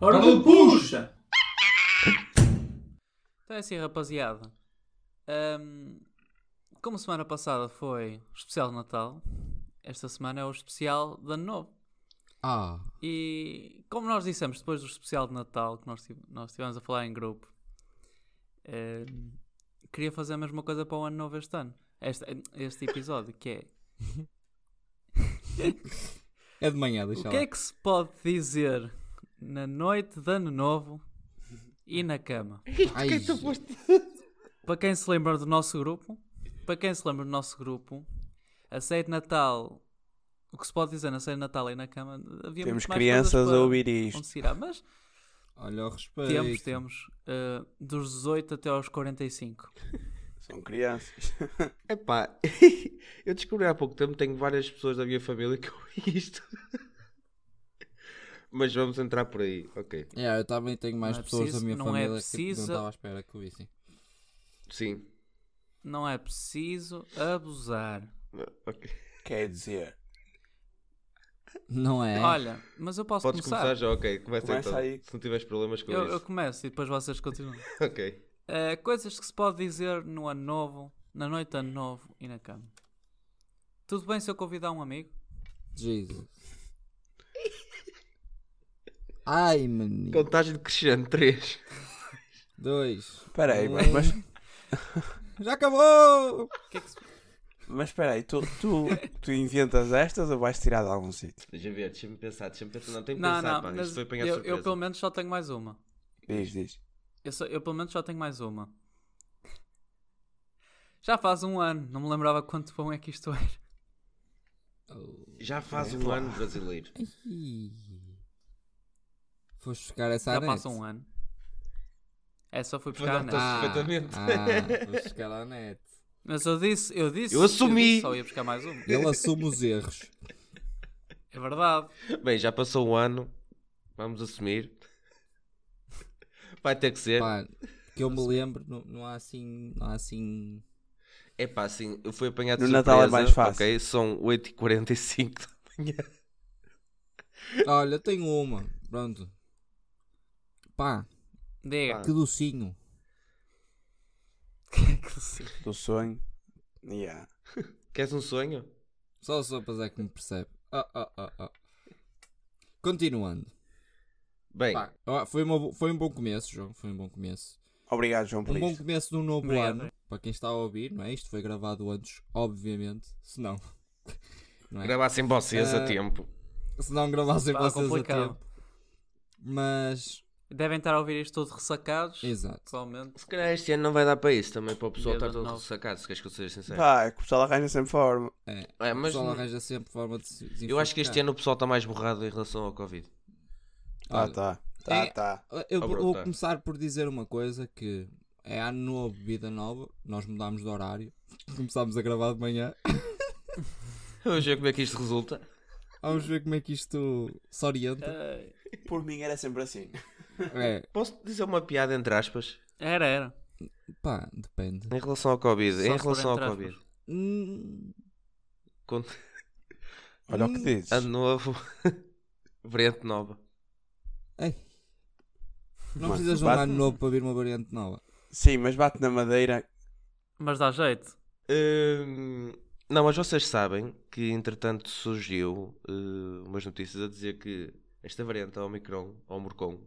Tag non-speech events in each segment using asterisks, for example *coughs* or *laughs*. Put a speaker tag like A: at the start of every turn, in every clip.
A: Arnold, puxa!
B: Então é assim, rapaziada. Ahm, como semana passada foi o especial de Natal, esta semana é o especial de Ano Novo.
C: Ah,
B: E como nós dissemos depois do especial de Natal que nós, tive- nós estivemos a falar em grupo, eh, queria fazer a mesma coisa para o ano novo este ano. Este, este episódio, que é
C: é de manhã,
B: o
C: deixa
B: que
C: lá.
B: é que se pode dizer na noite de ano novo e na cama?
C: Ai,
B: Para quem se lembra do nosso grupo, para quem se lembra do nosso grupo, a ceia de Natal, o que se pode dizer na ceia de Natal e na cama, havia muito mais
D: Temos
B: coisas
D: crianças a
B: para
D: ouvir isto.
B: onde se irá, mas
C: olha o
E: É
C: respeito.
B: Temos, temos. eh, dos 18 até aos 45.
D: São crianças. *laughs*
E: Epá, *laughs* eu descobri há pouco tempo, tenho várias pessoas da minha família que *laughs* ouvem isto. Mas vamos entrar por aí, ok.
C: É, eu também tenho mais
B: Não é
C: pessoas
B: preciso-
C: da minha
B: não é
C: família
B: preciso-
C: que não estava à espera que ouvissem.
E: Sim.
B: Não é preciso abusar.
E: ok.
D: Quer dizer,
C: *laughs* Não é?
B: Olha, mas eu posso
E: Podes
B: começar.
E: começar já, ok. Começa,
D: Começa
E: então.
D: aí.
E: Se não tiveres problemas com
B: eu, eu
E: isso.
B: começo e depois vocês continuam. *laughs*
E: Ok.
B: Eh, coisas que se pode dizer no ano novo, na noite de ano novo e na cama. Tudo bem se eu convidar um amigo?
C: Jesus. Ai, menino.
E: Contagem decrescente, 3.
C: Dois.
D: espera aí,
C: Um.
E: é?
D: mas, mas,
C: Já acabou!
B: O que é que se-
D: mas espera aí, tu, tu, tu inventas estas ou vais tirar de algum sítio?
E: Deixa ver, deixa-me pensar, deixa-me pensar. Não, tenho que
B: Não,
E: pensar,
B: não,
E: mano.
B: mas
E: Isto foi apanhar
B: eu,
E: surpresa.
B: eu pelo menos só tenho mais uma.
D: Diz, diz.
B: Eu, só- eu pelo menos só tenho mais uma. Já faz um ano, não me lembrava quanto bom é que isto era.
E: Já faz um ano brasileiro.
C: Ih. Foste buscar essa
B: Já
C: net?
B: passa um ano. É, só fui
E: Foi
B: buscar a net.
E: nota-
C: Ah,
E: Perfeitamente.
C: ah, foste buscar à net.
B: Mas eu disse, eu disse.
E: Eu assumi.
B: disse só ia buscar mais uma.
C: Ele assume os erros.
B: É verdade.
E: Bem, já passou um ano. Vamos assumir. Vai ter que ser.
C: Pá, que eu me lembro, não, não há assim. Não há assim.
E: É pá, assim, eu fui apanhado
D: No
E: de
D: Natal é
E: surpresa,
D: mais fácil.
E: Ok, são 8h45 da manhã.
C: Olha, eu tenho uma. Pronto. Pá,
B: Diga.
C: que docinho.
B: *laughs* que sim.
D: Do sonho. Yeah.
E: Queres um sonho?
C: Só o Sopas é que me percebe. Ah, ah, ah, ah. Continuando.
E: Bem,
C: Pá, ó, foi, uma bo- foi um bom começo, João. Foi um bom começo.
D: Obrigado,
E: É
D: João, por
C: Um bom
D: isso.
C: começo de um novo
B: Obrigado.
C: ano. Para quem está a ouvir, não é? Isto foi gravado antes, obviamente. Se não. *laughs* não é?
E: gravassem vocês a
C: Ah.
E: tempo.
C: Se não gravassem
B: Pá,
C: vocês a
B: complicado.
C: tempo. Mas.
B: Devem estar a ouvir isto todos ressacados.
C: Exato.
B: Pessoalmente.
E: Se calhar este ano não vai dar para isso também, para o pessoal
B: Deus
E: estar todo
B: não.
E: ressacado, se queres que eu seja sincero.
D: Pá, é que o pessoal arranja sempre forma.
E: É,
C: O
E: mas
C: pessoal arranja sempre forma de se
E: eu acho que este
C: desinfectar.
E: ano o pessoal está mais borrado em relação ao Covid.
D: Ah,
C: Olha,
D: tá. Tá,
C: É.
D: tá.
C: Eu
E: Ah,
C: vou-
E: pronto,
C: vou
E: tá.
C: começar por dizer uma coisa que é ano novo, vida nova. Nós mudámos de horário. *laughs* Começámos a gravar de manhã.
E: *laughs*
C: *laughs*
E: Vamos ver como é que isto resulta.
C: Vamos ver como é que isto se
B: *laughs*
C: orienta.
B: Eh,
D: Por mim era sempre assim.
C: É,
E: Posso dizer uma piada entre aspas?
B: Era, era.
C: pá, depende.
E: Em relação ao Covid,
B: Só se
E: em
B: for
E: relação ao
B: entre
E: Covid.
C: Hum,
E: Quando...
D: Olha
E: Hum,
D: o que dizes.
E: Ano novo, *laughs* variante nova.
C: ei. Não
D: Mano,
C: precisas de um
D: bate-
C: ano novo para vir uma variante nova.
D: Sim, mas bate na madeira.
B: Mas dá jeito.
E: Hum, não, mas vocês sabem que entretanto surgiu eh, umas notícias a dizer que esta variante Omicron, Omicron,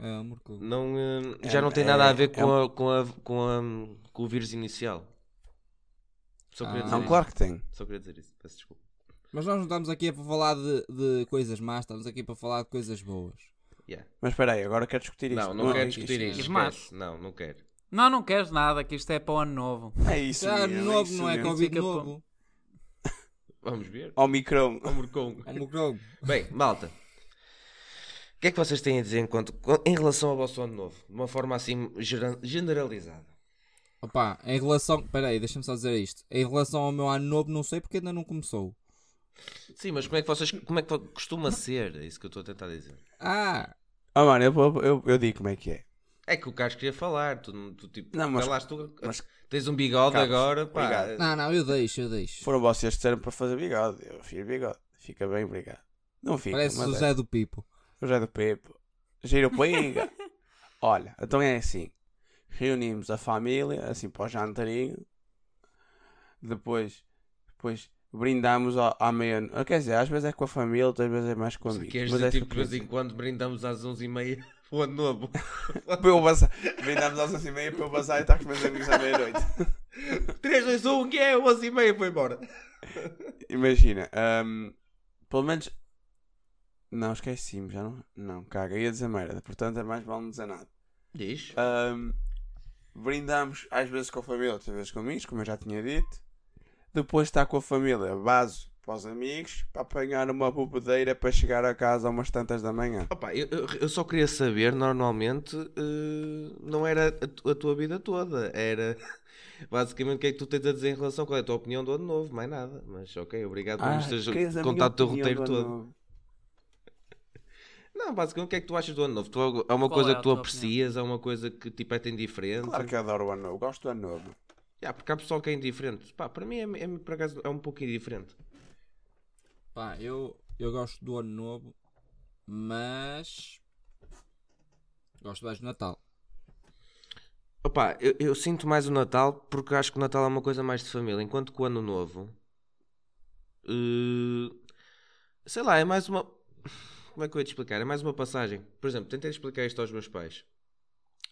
C: É, amor, co-
E: não, eh,
D: É-
E: já não tem
D: é-
E: nada a ver
D: é
E: com, a- com, a- com a- com o vírus inicial. Só queria
C: Ah.
E: dizer
D: Não,
E: isso.
D: claro que tem.
E: Só queria dizer isso, peço desculpa.
C: Mas nós não estamos aqui para falar de, de coisas más, estamos aqui para falar de coisas boas.
E: Yeah.
D: Mas espera aí, agora quero discutir isto.
E: Não, não quero
D: é
E: discutir isto.
B: Os matos.
E: esquece. Não, não quero.
B: Não, não queres nada, que isto é para o ano novo.
D: É isso
C: Já
D: mesmo,
C: novo
D: isso
C: não é
D: mesmo.
C: Covid
B: Fica bom.
C: novo.
E: Vamos ver.
D: Omicron.
E: Omicron.
D: *laughs*
C: Amor, co-
E: Bem, malta. O que é que vocês têm a dizer enquanto, em relação ao vosso ano novo? De uma forma assim gera- generalizada.
C: Opa, em relação. Peraí, deixa-me só dizer isto. Em relação ao meu ano novo, não sei porque ainda não começou.
E: Sim, mas como é que vocês como é que vo- costuma ser? É isso que eu estou a tentar dizer.
C: Ah!
D: Ah, mano, eu, vou- eu, eu digo como é que é.
E: É que o Carlos queria falar, tu, não- tu tipo,
D: Não, mas-
E: vai lá, tu-
D: mas-
E: tens um bigode
D: Carlos,
E: agora, pá.
D: obrigado.
C: Não, não, eu deixo, eu deixo.
D: Foram vocês que disseram para fazer bigode. Eu fiz bigode. Fica bem, obrigado. Não fica,
C: Parece
D: mas
C: o
D: é.
C: Zé do Pipo.
D: O Zé do Pepo.
E: *laughs*
D: Giropinga. Olha, então é assim. Reunimos a família, assim, para o jantarinho. Depois, depois brindamos ao- à meia-noite. Quer dizer, às vezes é com a família, outras vezes é mais com
E: Se
D: amigos.
E: queres
D: Mas
E: dizer,
D: é
E: tipo, de
D: sempre
E: vez em quando brindamos às 11h30 *laughs* o ano novo.
D: assim. Para eu passar. Brindamos às 11 e meia para eu passar e estar com os meus amigos à meia-noite.
E: 3, 2, 1, que é 11h30, foi embora.
D: Imagina, ahm, pelo menos. Não, esqueci-me, já não. Não, caga, ia dizer merda. Portanto, é mais vale não dizer nada.
E: Diz.
D: Ahm, brindamos às vezes com a família, outras vezes com amigos, como eu já tinha dito. Depois está com a família, vaso para os amigos, para apanhar uma bobedeira para chegar a casa a umas tantas da manhã.
E: Opa, eu, eu- eu só queria saber, normalmente, eh, não era a, tu- a tua vida toda, era *laughs* basicamente o que é que tu tens a dizer em relação, qual é a tua opinião do ano novo, mais nada. Mas ok, obrigado
D: Ah,
E: por nos teres contado o teu roteiro todo. Não, basicamente, o que é que tu achas do ano novo? Tu, é uma
B: Qual
E: coisa
B: é a
E: que tu
B: tua
E: aprecias, é uma coisa que tipo é-te indiferente?
D: Claro que eu adoro o ano novo, gosto do ano novo.
E: Ah, porque há pessoal que é indiferente. Pá, para mim é, é, por acaso, é um pouco indiferente.
C: Pá, eu, eu gosto do ano novo, mas gosto mais do Natal.
E: Opa, eu, eu sinto mais o Natal porque acho que o Natal é uma coisa mais de família, enquanto que o Ano Novo. eh, sei lá, é mais uma. Como é que eu ia te explicar? É mais uma passagem. Por exemplo, tentei explicar isto aos meus pais.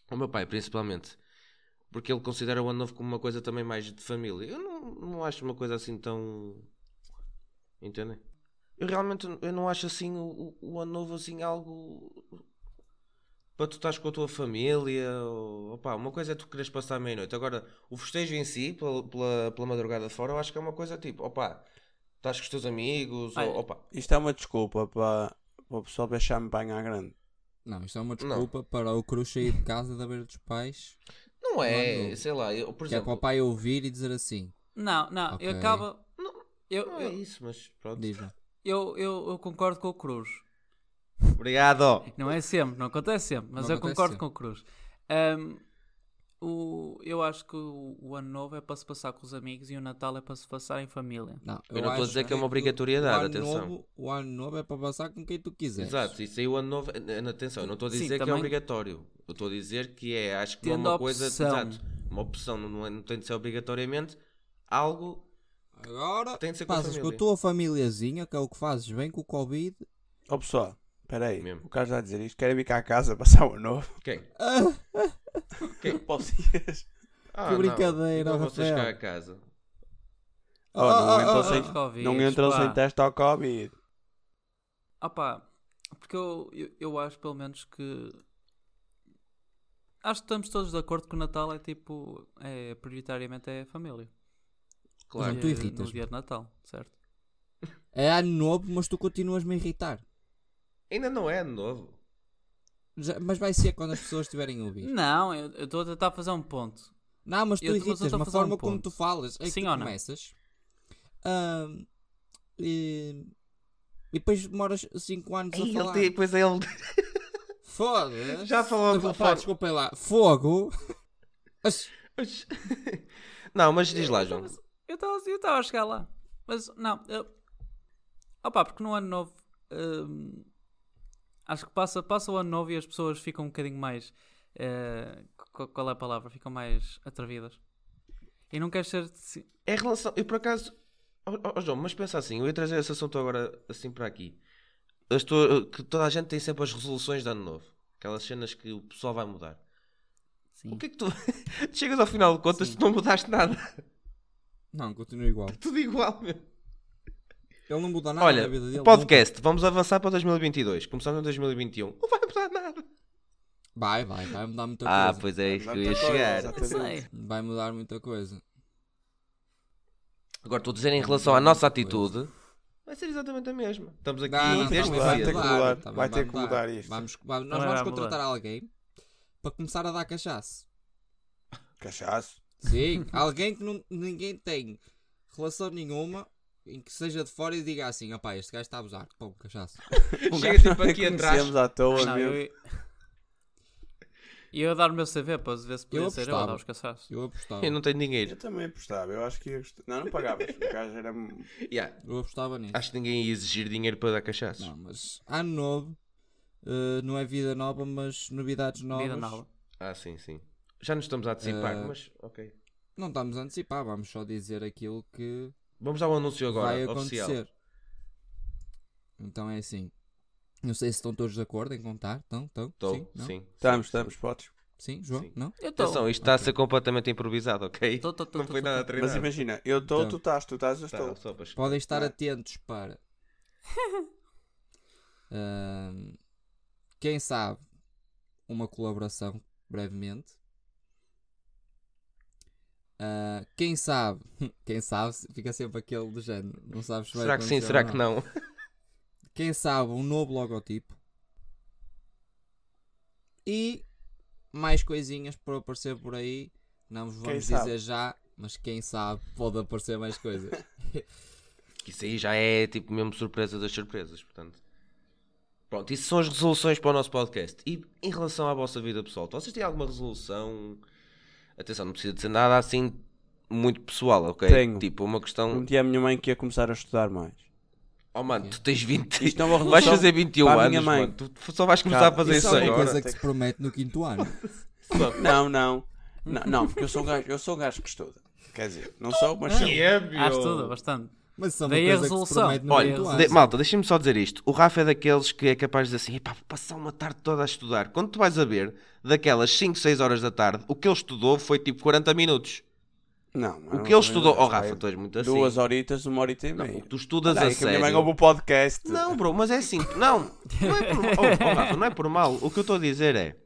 E: Ao meu pai, principalmente. Porque ele considera o Ano Novo como uma coisa também mais de família. Eu não, não acho uma coisa assim tão. Entendem? Eu realmente eu não acho assim o, o- o Ano Novo assim algo para tu estás com a tua família, ou, opá, uma coisa é tu queres passar a meia-noite. Agora, o festejo em si, pela, pela, pela madrugada fora, eu acho que é uma coisa tipo, opá, estás com os teus amigos,
B: Olha,
E: ou, opá.
D: Isto é uma desculpa para, para o pessoal deixar champanhe à grande.
C: Não, isto é uma desculpa para o cru sair de casa da beira dos pais,
E: Não é,
C: Não, não.
E: sei lá, eu, por
C: que é para
E: exemplo,
C: o pai ouvir e dizer assim,
B: Não, não,
C: Ok.
B: eu acaba.
E: Não,
B: Eu,
E: não é
B: eu,
E: isso, mas pronto.
C: diz-me.
B: eu, eu, eu concordo com o Cruz.
E: Obrigado!
B: Não é sempre, não acontece sempre, mas
C: Não
B: eu
C: acontece
B: concordo
C: sempre.
B: com o Cruz. Ahm, o, eu acho que o, o ano novo é para se passar com os amigos e o Natal é para se passar em família.
C: Não,
E: Eu não estou a
C: acho
E: dizer que é uma
C: tu-
E: obrigatoriedade,
C: o ano
E: atenção.
C: Novo, o ano novo é para passar com quem tu quiseres.
E: Exato, isso aí o ano novo. eh, Atenção, eu não estou a
B: Sim,
E: dizer que é
B: também-
E: obrigatório. Eu estou a dizer que é, acho que não é
B: Tendo
E: uma
B: a
E: coisa.
B: opção.
E: Exato, uma opção, não, é- não tem de ser obrigatoriamente algo.
C: Agora
E: Tem de ser com a
C: passas com a
E: família.
C: tua famíliazinha, que é o que fazes bem com o Covid.
D: Ó pessoal, espera aí,
E: Mesmo.
D: o Carlos está a dizer isto, querem vir cá a casa *laughs* passar o ano novo.
C: *laughs*
E: Quem?
D: Para os dias.
E: Ah,
C: Que
E: não.
C: brincadeira,
E: Então vocês cá
C: Rafael.
E: a casa.
D: Oh, não
C: Ah, ah,
D: entram
C: ah,
D: sem,
C: ah.
B: Covid,
D: não entram
B: pá.
D: sem teste ao Covid.
B: Ah pá, porque eu, eu, eu acho pelo menos que. Acho que estamos todos de acordo que o Natal é tipo. É, prioritariamente é a família.
E: Claro.
C: Mas tu
B: Eh,
C: irritas-me.
B: No dia de Natal, certo?
C: É ano novo, mas tu continuas-me a irritar.
E: Ainda não é ano novo.
C: Já- mas vai ser quando as pessoas estiverem a ouvir.
B: Não, eu eu estou a tentar fazer um ponto.
C: Não, mas tu
B: Eu- mas eu
C: irritas
B: estou a
C: uma
B: fazer um
C: forma como
B: ponto.
C: tu falas. É que
B: Sim
C: tu
B: ou não?
C: começas. ahm, e, e depois demoras 5 anos
E: Ei,
C: a falar.
E: ele tem- Pois é, ele.
C: Foda-se.
E: Já falamos
C: Epá,
E: do fogo.
C: Desculpem lá. Fogo. Mas-
E: *laughs* Não, mas diz lá, João.
B: Eu estava eu estava a chegar lá. Mas não. Eu... Opa, porque no ano novo. hum, acho que passa, passa o ano novo e as pessoas ficam um bocadinho mais. eh, qu- qual é a palavra? Ficam mais atrevidas. E não queres ser. se-
E: Em relação. Eu por acaso. ó- ó, ó, João, mas pensa assim, eu ia trazer esse assunto agora assim para aqui. As to- que toda a gente tem sempre as resoluções de ano novo. Aquelas cenas que o pessoal vai mudar. O que é que tu. *laughs* Chegas ao final de contas, tu não mudaste nada. *laughs*
C: Não, continua igual.
E: Tudo igual, meu.
C: Ele não muda nada
E: Olha,
C: na vida dele.
E: o podcast, vamos avançar para 2022. Começamos em 2021. Não vai mudar nada.
C: Não- Vai, vai, vai mudar muita
E: Ah,
C: coisa.
E: pois é isso que eu ia
D: Muita coisa,
E: chegar.
B: Não
D: exatamente.
B: sei.
C: Vai mudar muita coisa.
E: Agora estou a dizer em relação à nossa atitude. Vai ser exatamente a mesma. Estamos aqui
C: Não, tá não,
E: desde
C: também
E: o
D: vai
E: início.
D: ter que mudar, vai ter que mudar isto.
C: Vamos, vamos- nós vamos
B: Também vai
C: contratar
B: mudar.
C: alguém para começar a dar cachaço.
D: Cachaço.
C: Sim, alguém que não- ninguém tem relação nenhuma em que seja de fora e diga assim: opá, este gajo está a abusar. Pô, cachaço.
E: Chega tipo aqui atrás.
D: Conhecemos à toa,
B: Não,
D: mesmo.
B: eu. E eu ia dar o meu CV para ver se podia
C: Eu
B: ser eu a dar
C: apostava.
B: os caçados.
C: Eu apostava.
E: Eu não tenho
D: Eu
E: dinheiro.
D: também apostava, eu acho que ia gostar. Não, não pagavas. O gajo era. um-
E: Yeah,
C: Eu apostava nisso.
E: Acho que ninguém ia exigir dinheiro para dar cachaços.
C: Não, mas ano novo, eh, não é vida nova, mas novidades novas.
B: Vida nova.
E: Ah, sim, sim. Já nos estamos a antecipar,
C: Eh,
E: mas ok.
C: Não estamos a antecipar, vamos só dizer aquilo que
E: Vamos ao anúncio agora,
C: vai
E: oficial.
C: acontecer. Então é assim. Não sei se estão todos de acordo em contar. Estão? Estão?
E: Tô,
C: Sim? Não?
E: sim.
D: Estamos, estamos, podes.
C: Sim, João?
E: Sim.
C: Não?
B: Eu
E: Atenção,
B: estou.
E: isto está a ser completamente improvisado, ok?
B: Tô, tô, tô,
E: não
B: tô,
E: foi
B: tô,
E: nada
B: tô.
D: Mas
E: treinado.
D: imagina, eu estou,
C: Então.
D: tu estás, tu estás, eu
E: Tá,
D: estou.
E: só para escrever.
C: Podem estar
D: Vai.
C: atentos
E: *laughs*
C: para. Ahm, quem sabe uma colaboração brevemente. Ah, quem sabe, *laughs* quem sabe, fica sempre aquele do género. Não sabes se vai
E: Será que sim,
C: acontecer
E: será
C: ou
E: que não? *laughs*
C: Quem sabe um novo logotipo e mais coisinhas para aparecer por aí. Não vos
D: Quem
C: vamos
D: sabe?
C: dizer já, mas quem sabe pode aparecer mais
E: *laughs*
C: coisas.
E: Isso aí já é tipo mesmo surpresa das surpresas, portanto. Pronto, isso são as resoluções para o nosso podcast. E em relação à vossa vida pessoal, vocês têm alguma resolução? Atenção, não precisa de ser nada assim muito pessoal, ok?
D: Tenho.
E: Tipo, uma
D: Um
E: questão.
D: dia a minha mãe que ia começar a estudar mais.
E: Oh mano, tu tens 20.
D: Isto é uma
E: *laughs* vais
D: resolução
E: fazer 21
D: para a
E: anos,
D: minha mãe.
E: mano. Tu só vais começar
D: Calma,
E: a fazer
D: isso
E: isso,
D: é
C: uma
E: agora.
C: coisa que se promete no quinto ano.
D: *laughs* Não, não. Não, não, porque eu sou um gajo, eu sou um gajo que estuda. Quer dizer, não sou, mas sou.
B: Acho tudo, bastante.
C: Mas são
B: Daí a
C: uma coisa que se
B: resolução.
C: promete no
E: Olha,
D: é
C: quinto ano.
D: assim.
E: de- malta, deixa-me só dizer isto. O Rafa é daqueles que é capaz de dizer assim: "Epá, vou passar uma tarde toda a estudar. Quando tu vais a ver, daquelas 5, 6 horas da tarde, o que ele estudou foi tipo 40 minutos.
D: Não, um
E: O que ele estudou. Oh, Rafa, tu és muito assim.
D: Duas horitas, uma horita e meia.
E: Tu estudas
D: Olha
E: a
D: aí, é que a minha mãe
E: sério.
D: ouve o podcast.
E: Não, bro, mas é assim. Não, não é por, oh, oh, Rafa, não é por mal. O que eu estou a dizer é.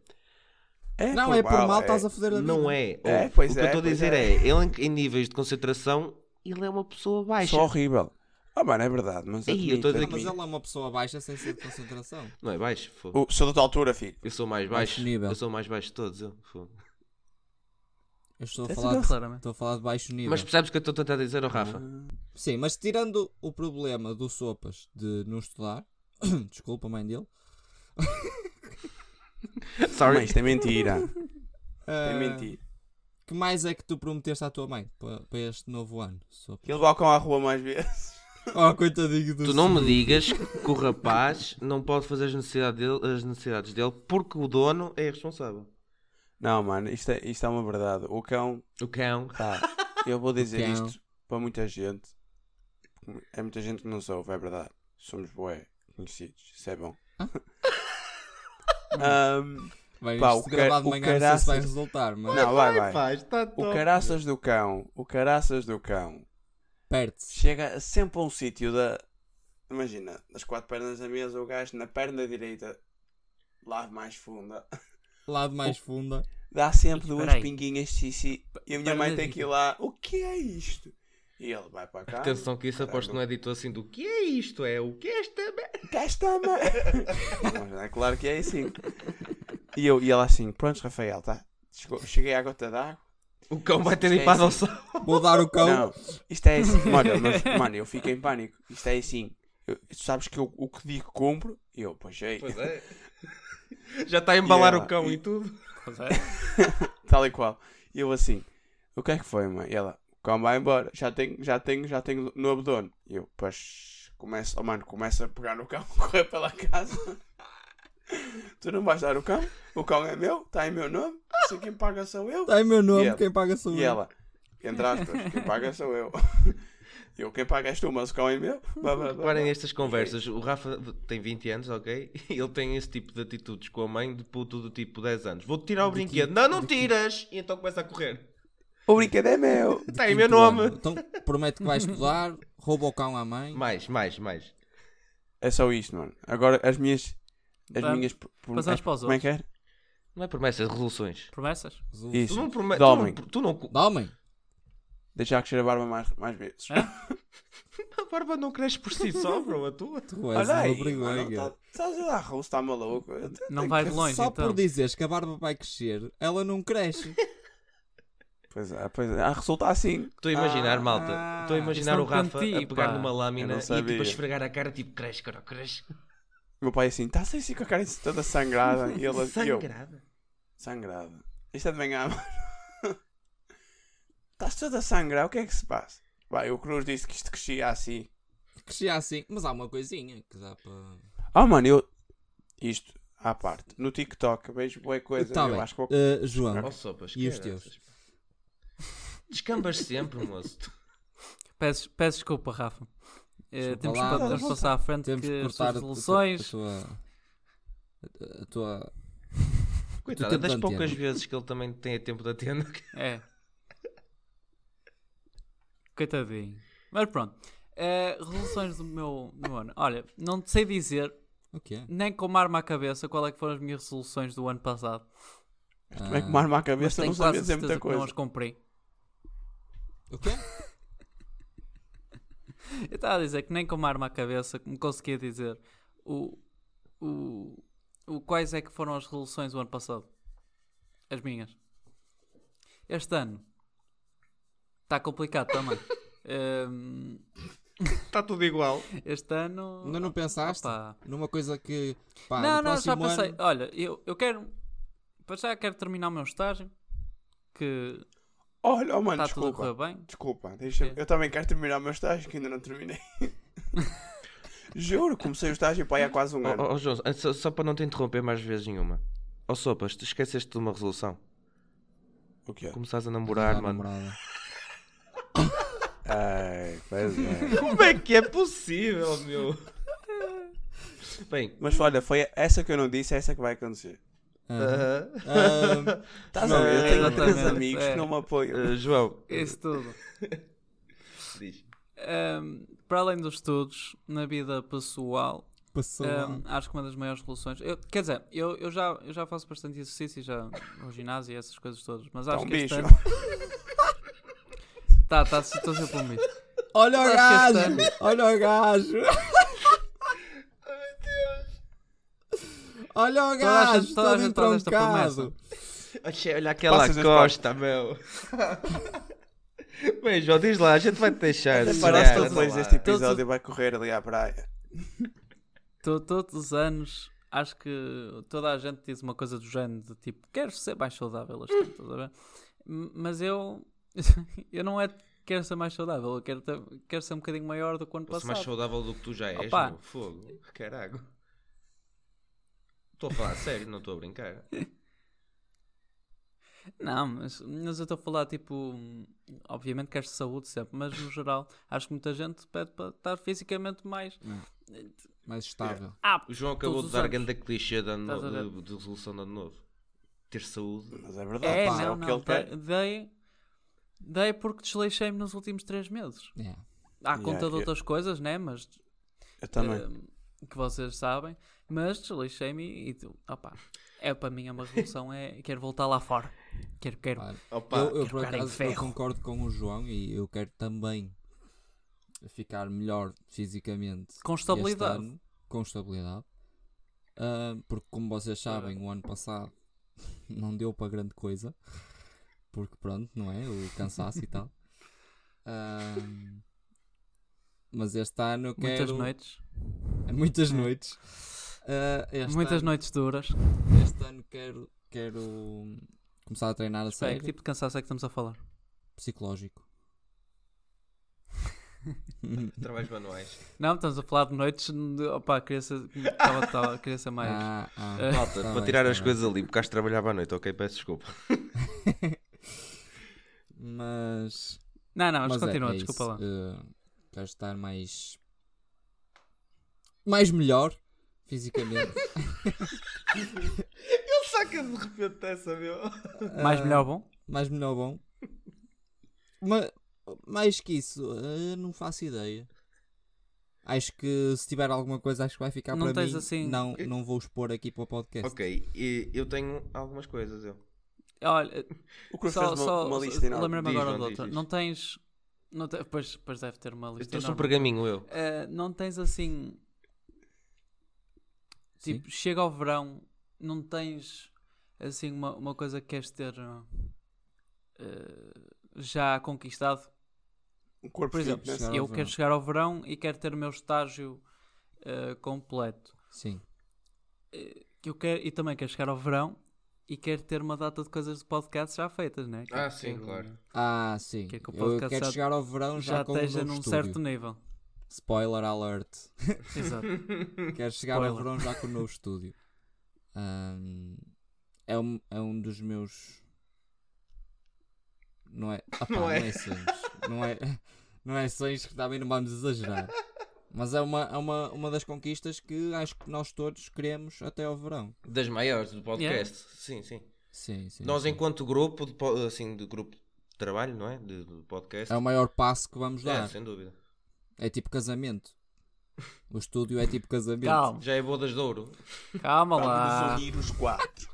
C: Não, é por mal, estás a foder a vida.
E: Não é.
D: É,
E: Oh,
D: pois
E: o que
D: é,
E: eu estou a
D: pois
E: dizer
D: é.
E: é. Ele em, em níveis de concentração, ele é uma pessoa baixa.
D: Sou horrível. Ah, mano, é verdade, mas
E: Ei, eu
D: admito,
E: estou a dizer
C: Ah, Mas
E: que-
C: ele
D: admito.
C: é uma pessoa baixa sem ser de concentração.
E: Não é baixo? Fogo.
D: O- Sou da tua
C: *laughs*
D: altura, filho.
E: Eu sou mais
C: Baixo
E: Oh. baixo.
C: nível.
E: Eu sou mais baixo de todos. Eu. Fogo.
C: Eu estou a
D: Essa
C: falar de,
B: claramente.
C: estou a falar de baixo nível.
E: Mas percebes o que eu estou a tentar dizer, oh, Rafa?
C: Sim, mas tirando o problema do Sopas de não estudar, *coughs* desculpa, mãe dele.
D: Mas
E: Sorry.
D: isto
C: *laughs*
D: é mentira.
C: ah,
D: É mentira.
C: que mais é que tu prometeste à tua mãe para, para este novo ano? Sopas? *laughs*
D: Ele balcão à rua mais vezes. *laughs*
C: Oh, coitadinho do
E: Tu não me digas que o rapaz não pode fazer as necessidades dele, as necessidades dele porque o dono é responsável.
D: Não, mano, isto é, isto é uma verdade. O cão,
E: O cão.
C: *laughs*
D: pá, eu vou dizer
C: cão.
D: isto para muita gente. É muita gente que não soube, é verdade. Somos bué conhecidos, isso é bom.
C: *laughs*
D: *laughs* Ahm,
C: Vai,
D: Pá,
C: isto
D: o ca-
C: gravado de
D: o
C: manhã não sei
D: caraças-
C: se vai resultar, mas
D: não, vai, vai.
E: Rapaz, está
D: O caraças do cão, o caraças do cão,
C: perde-se.
D: chega sempre a um sítio da. Imagina, das quatro pernas da mesa, o gajo na perna direita, lá mais funda, *laughs*
C: Lado mais funda.
D: dá sempre
B: Ih,
D: duas
B: peraí.
D: pinguinhas de xixi e a minha mãe
B: perna
D: tem que ir lá, o que é isto? E ele vai para cá.
E: Atenção que isso aposto que não é dito assim do que é isto, é o que é esta merda.
D: Gasta ma- *laughs* Mas é claro que é assim. E, eu, e ela assim, pronto, Rafael, tá? Chegou- cheguei à gota d'água.
E: O cão vai ter
D: Isto
E: de
D: é
E: ir para a
D: assim.
E: adoção.
C: Vou dar o cão.
D: Não, isto é assim. Mano, mas- mano, eu fico em pânico. Isto é assim. Eu- tu sabes que eu, o que digo compro e eu, pois é.
E: Pois é. *laughs* Já está a embalar
D: E ela-
E: o cão e,
D: e-
E: tudo.
B: Pois é.
D: *laughs* Tal e qual. E eu assim, o que é que foi, mãe? E ela, o cão vai embora, já tenho, já tenho, já tenho novo dono. E eu, pois, começa, oh, mano, começa a pegar no cão, *laughs* correr pela casa. *laughs* tu não vais dar o cão? O cão é meu, está em meu nome, assim quem paga sou eu.
C: Ai meu nome,
D: E ela?
C: quem paga sou
D: E
C: eu.
D: ela, entre aspas, quem paga sou eu. *laughs* Eu, quem paga és tu, mas o cão é meu. Blá, blá, blá, blá.
E: Reparem estas conversas. O Rafa tem 20 anos, ok? *laughs* Ele tem esse tipo de atitudes com a mãe de puto do tipo 10 anos. Vou-te tirar o brinquedo. Não, não tiras! E então começa a correr.
D: O brinquedo é meu.
E: Está aí meu
C: Quinto ano.
E: nome.
C: Então promete que vai estudar, rouba o cão à mãe.
E: Mais, mais, mais.
D: É só isto, mano. Agora, as minhas... As
B: Tá.
D: minhas... pro- pro-
B: Passamos
D: as-
B: para os
D: Como é que é?
E: Não é promessas, resoluções.
B: Promessas?
C: Resulta.
E: Tu
D: Isso.
E: não prometes. Tu,
D: Domem.
E: não- tu não. cu-
C: Dá, mãe.
D: Deixar crescer a barba mais, mais
E: É,
D: vezes.
E: A *laughs* barba não cresce por si só, bro. A tua.
C: Tu és
E: é.
C: um uma brigueira.
D: mano, tá- Estás a dar russo, está maluco. Eu tenho
B: Não vai
D: que-
B: de longe,
C: Só
B: então.
C: por dizeres que a barba vai crescer, ela não cresce. *laughs*
D: Pois é, pois é. Ah, resulta assim.
E: *laughs* Estou a imaginar,
D: Ah,
E: malta. Estou a imaginar
B: isso
E: o
B: não
E: Rafa
B: conti,
E: a pegar
B: pá.
E: numa
D: Eu
E: lâmina
D: não
E: e tipo
D: sabia.
E: a esfregar a cara, tipo, cresce, cara, cresce.
D: O meu pai assim, estás assim com a cara toda sangrada. E ele e eu,
E: Sangrada.
D: sangrada. Isto é de manhã, *laughs* mano. Estás toda a sangrar, o que é que se passa? Vai, o Cruz disse que isto crescia assim.
C: Crescia assim, mas há uma coisinha que dá para.
D: Ah, mano, eu. Isto, à parte. No TikTok vejo boa coisa.
C: Tá
D: é, eu
C: bem.
D: acho que vou-
C: Eh, João,
E: Oh, sopas,
C: E os
E: caraças.
C: teus?
E: Descambas sempre, moço.
B: Peço, peço desculpa, Rafa. Eh,
C: Desculpa
B: temos
C: lá.
B: que pa- vamos passar à frente
C: temos
B: que
C: que
B: as
C: cortar
B: suas
C: a,
B: soluções.
C: tua. A tua.
E: Coitado, é
C: tempo
E: das
C: de
E: poucas
C: antena.
E: vezes que ele também tem tempo de atender. *laughs*
B: É. Coitadinho. Mas pronto. Eh, resoluções do meu, do meu ano. Olha, não sei dizer,
C: Ok.
B: nem como arma à cabeça, qual é que foram as minhas resoluções do ano passado.
D: Como é que me arma a cabeça?
B: Tenho
D: Não
B: quase
D: sabia dizer
B: certeza
D: muita
B: que não as
D: coisa.
B: cumpri.
C: O quê?
B: Eu estava a dizer que nem com uma arma à cabeça me conseguia dizer o, o, o quais é que foram as resoluções do ano passado. As minhas. Este ano está complicado
E: *laughs*
B: também. Hum,
E: Está tudo igual.
B: este ano.
C: Ainda não pensaste
B: Opa.
C: numa coisa que. Pá,
B: não,
C: no
B: não, já
C: próximo
B: passei.
C: ano-
B: Olha, eu, eu quero. Para já quero terminar o meu estágio. Que
D: Olha, oh, mano,
B: está Tá tudo a correr
D: desculpa.
B: bem.
D: Desculpa, deixa
B: Quê?
D: eu também quero terminar o meu estágio que ainda não terminei. *laughs* Juro, comecei o estágio para aí há quase um
E: Ó
D: ano.
E: oh, João, antes- só, só para não te interromper mais vezes nenhuma. Ó sopas, tu esqueceste de uma resolução. oh.
D: O quê?
E: Começaste a namorar,
C: Ah,
E: mano.
C: namorada.
D: Ai, pois é.
E: *laughs* Como é que é possível, *laughs* meu? Bem,
D: Mas olha, foi essa que eu não disse, é essa que vai acontecer.
E: ah,
B: *laughs*
C: Ahm,
D: Estás a ver?
E: É,
D: Eu tenho três
B: exatamente,
D: amigos
B: é.
D: que não me apoiam.
E: ah, João,
B: Isso tudo.
E: diz.
B: Hum, para além dos estudos, na vida pessoal,
C: passou.
B: Um, acho que uma das maiores resoluções. Eu- quer dizer, eu, eu, já, eu já faço bastante exercício e já ao ginásio e essas coisas todas, mas acho
D: Então,
B: que este
D: bicho.
B: ano. Tá, tá, estou sempre um bicho.
C: Olha o
B: acho que
C: gajo! Olha o
B: *laughs*
C: gajo! Olha o
B: Toda a
C: gajo!
B: gente- toda a
C: Todo
B: gente faz esta
C: entroncado!
E: Oxe, olha aquela
D: Passas as
E: costa, meu. *laughs* Bem, João, diz lá, a gente vai te deixar.
D: Até
E: Olha,
D: *laughs* Parece que
E: anda
D: depois
E: lá.
D: deste
B: Todos-
D: episódio vai correr ali à praia.
B: To- todos os anos, acho que toda a gente diz uma coisa do género de tipo, quero ser mais saudável, este ano", estás a ver? M- Mas eu. *laughs* eu não é. Quero ser mais saudável, eu quero, ter- quero ser um bocadinho maior do que o ano
E: Fosse mais
B: passado.
E: saudável do que tu já és,
B: Opa.
E: meu. Fogo. Caraca. Estou a falar a sério, não estou a brincar.
B: Não, mas, mas eu estou a falar, tipo, hum, obviamente queres saúde sempre, mas no geral, acho que muita gente pede para estar fisicamente mais
C: Mais estável.
D: Ah,
B: apto.
E: O João acabou
B: Todos os
E: de dar
B: anos.
E: grande clichê de, ano-
B: Estás a ver?
E: de, de resolução de ano novo. Ter saúde.
D: Mas é verdade,
B: É,
D: pá, é
B: não,
D: o que
B: não,
D: ele quer.
B: dei, dei, dei porque desleixei-me nos últimos três meses.
C: É.
B: À
D: Yeah,
B: conta de
D: yeah.
B: outras coisas, né, mas...
D: Eu também.
B: hum, que vocês sabem, mas desleixei-me e, e opa, é para mim é uma revolução, é, quero voltar lá fora. Quero, quero.
C: Claro.
E: Opa,
C: eu, eu,
B: quero
C: por
B: ficar em
C: acaso, eu
B: ferro.
C: concordo com o João e eu quero também ficar melhor fisicamente.
B: Com
C: este
B: estabilidade.
C: ano, com estabilidade. Ah, porque, como vocês sabem, o ano passado *laughs* não deu para grande coisa. Porque, pronto, não é? O cansaço e
B: *laughs*
C: tal. Ah, mas este ano eu quero.
B: Muitas noites,
C: *laughs* Muitas noites. Ah, este
B: muitas
C: ano-
B: noites duras.
C: Este ano quero, quero começar a treinar a
B: Espera,
C: sério.
B: que tipo de cansaço é que estamos a falar?
C: Psicológico.
E: trabalhos manuais.
B: Não, estamos a falar de noites. de- Opa, queria ser, tava, tava, queria ser mais.
C: Ah, ah,
B: Eh,
C: tá
E: Malta,
C: bem,
E: para tirar
C: tá
E: as
C: bem.
E: coisas ali, porque acho que trabalhava à noite, ok? Peço desculpa.
B: *laughs*
C: Mas.
B: Não, não, mas,
C: mas é-
B: continua,
C: é
B: desculpa
C: isso.
B: lá.
C: Eh, quero estar mais. Mais melhor
B: *laughs*
C: fisicamente.
E: Ele saca de repente dessa, meu.
B: Mais
C: Ah,
B: melhor bom?
C: Mais melhor bom. Ma- mais que isso, eh, não faço ideia. Acho que se tiver alguma coisa, acho que vai ficar
B: Não
C: para
B: tens
C: mim.
B: assim-
C: Não, não vou expor aqui para o podcast.
E: Ok, e eu tenho algumas coisas, eu.
B: Olha,
D: O Cruz fez
B: só,
D: uma,
B: só
D: uma lista enorme.
B: lembra-me
E: Diz,
B: agora
E: João,
B: de
E: diz,
B: outra.
E: diz.
B: Não tens. Não te- pois, pois deve ter uma
E: Eu
B: lista.
E: trouxe um
B: enorme.
E: pergaminho, eu.
B: Ah, não tens assim. Tipo, chega ao verão, não tens assim uma, uma coisa que queres ter ah, ah, já conquistado?
D: Um corpo
B: Por exemplo,
D: fitness.
C: chegar ao
B: eu
C: verão.
B: quero chegar ao verão e quero ter o meu estágio ah, completo.
C: Sim.
B: que eu quero e também quero chegar ao verão e quero ter uma data de coisas de podcast já feitas, né? Quero-
E: Ah, sim,
B: quero-
E: claro.
C: Ah, sim.
B: Que é que o
C: eu
B: podcast
C: quero
B: já-
C: chegar ao verão já,
B: então Já
C: com um
B: esteja
C: novo
B: num
C: estúdio. *laughs*
B: certo nível.
C: Spoiler alert.
B: Exato.
C: Quero chegar ao
B: Spoiler.
C: verão já com o novo estúdio. Ahm, é, um, é um dos meus. Não
B: *laughs*
C: é. opá,
E: Não
C: não,
E: é.
C: é. sonhos. Não é, *laughs* não é sonhos que também não vamos exagerar. Mas é, uma, é uma, uma das conquistas que acho que nós todos queremos até ao verão.
E: Das maiores do podcast. Sim, sim.
C: Sim, sim.
E: Nós,
C: sim.
E: enquanto grupo, de, po- assim, de grupo de trabalho, não é? De, de podcast.
C: É o maior passo que vamos
E: É,
C: dar.
E: sem dúvida.
C: É, tipo casamento. O estúdio é tipo casamento.
B: Calma,
E: Já é bodas de ouro.
B: calma lá.
D: Vamos unir os quatro.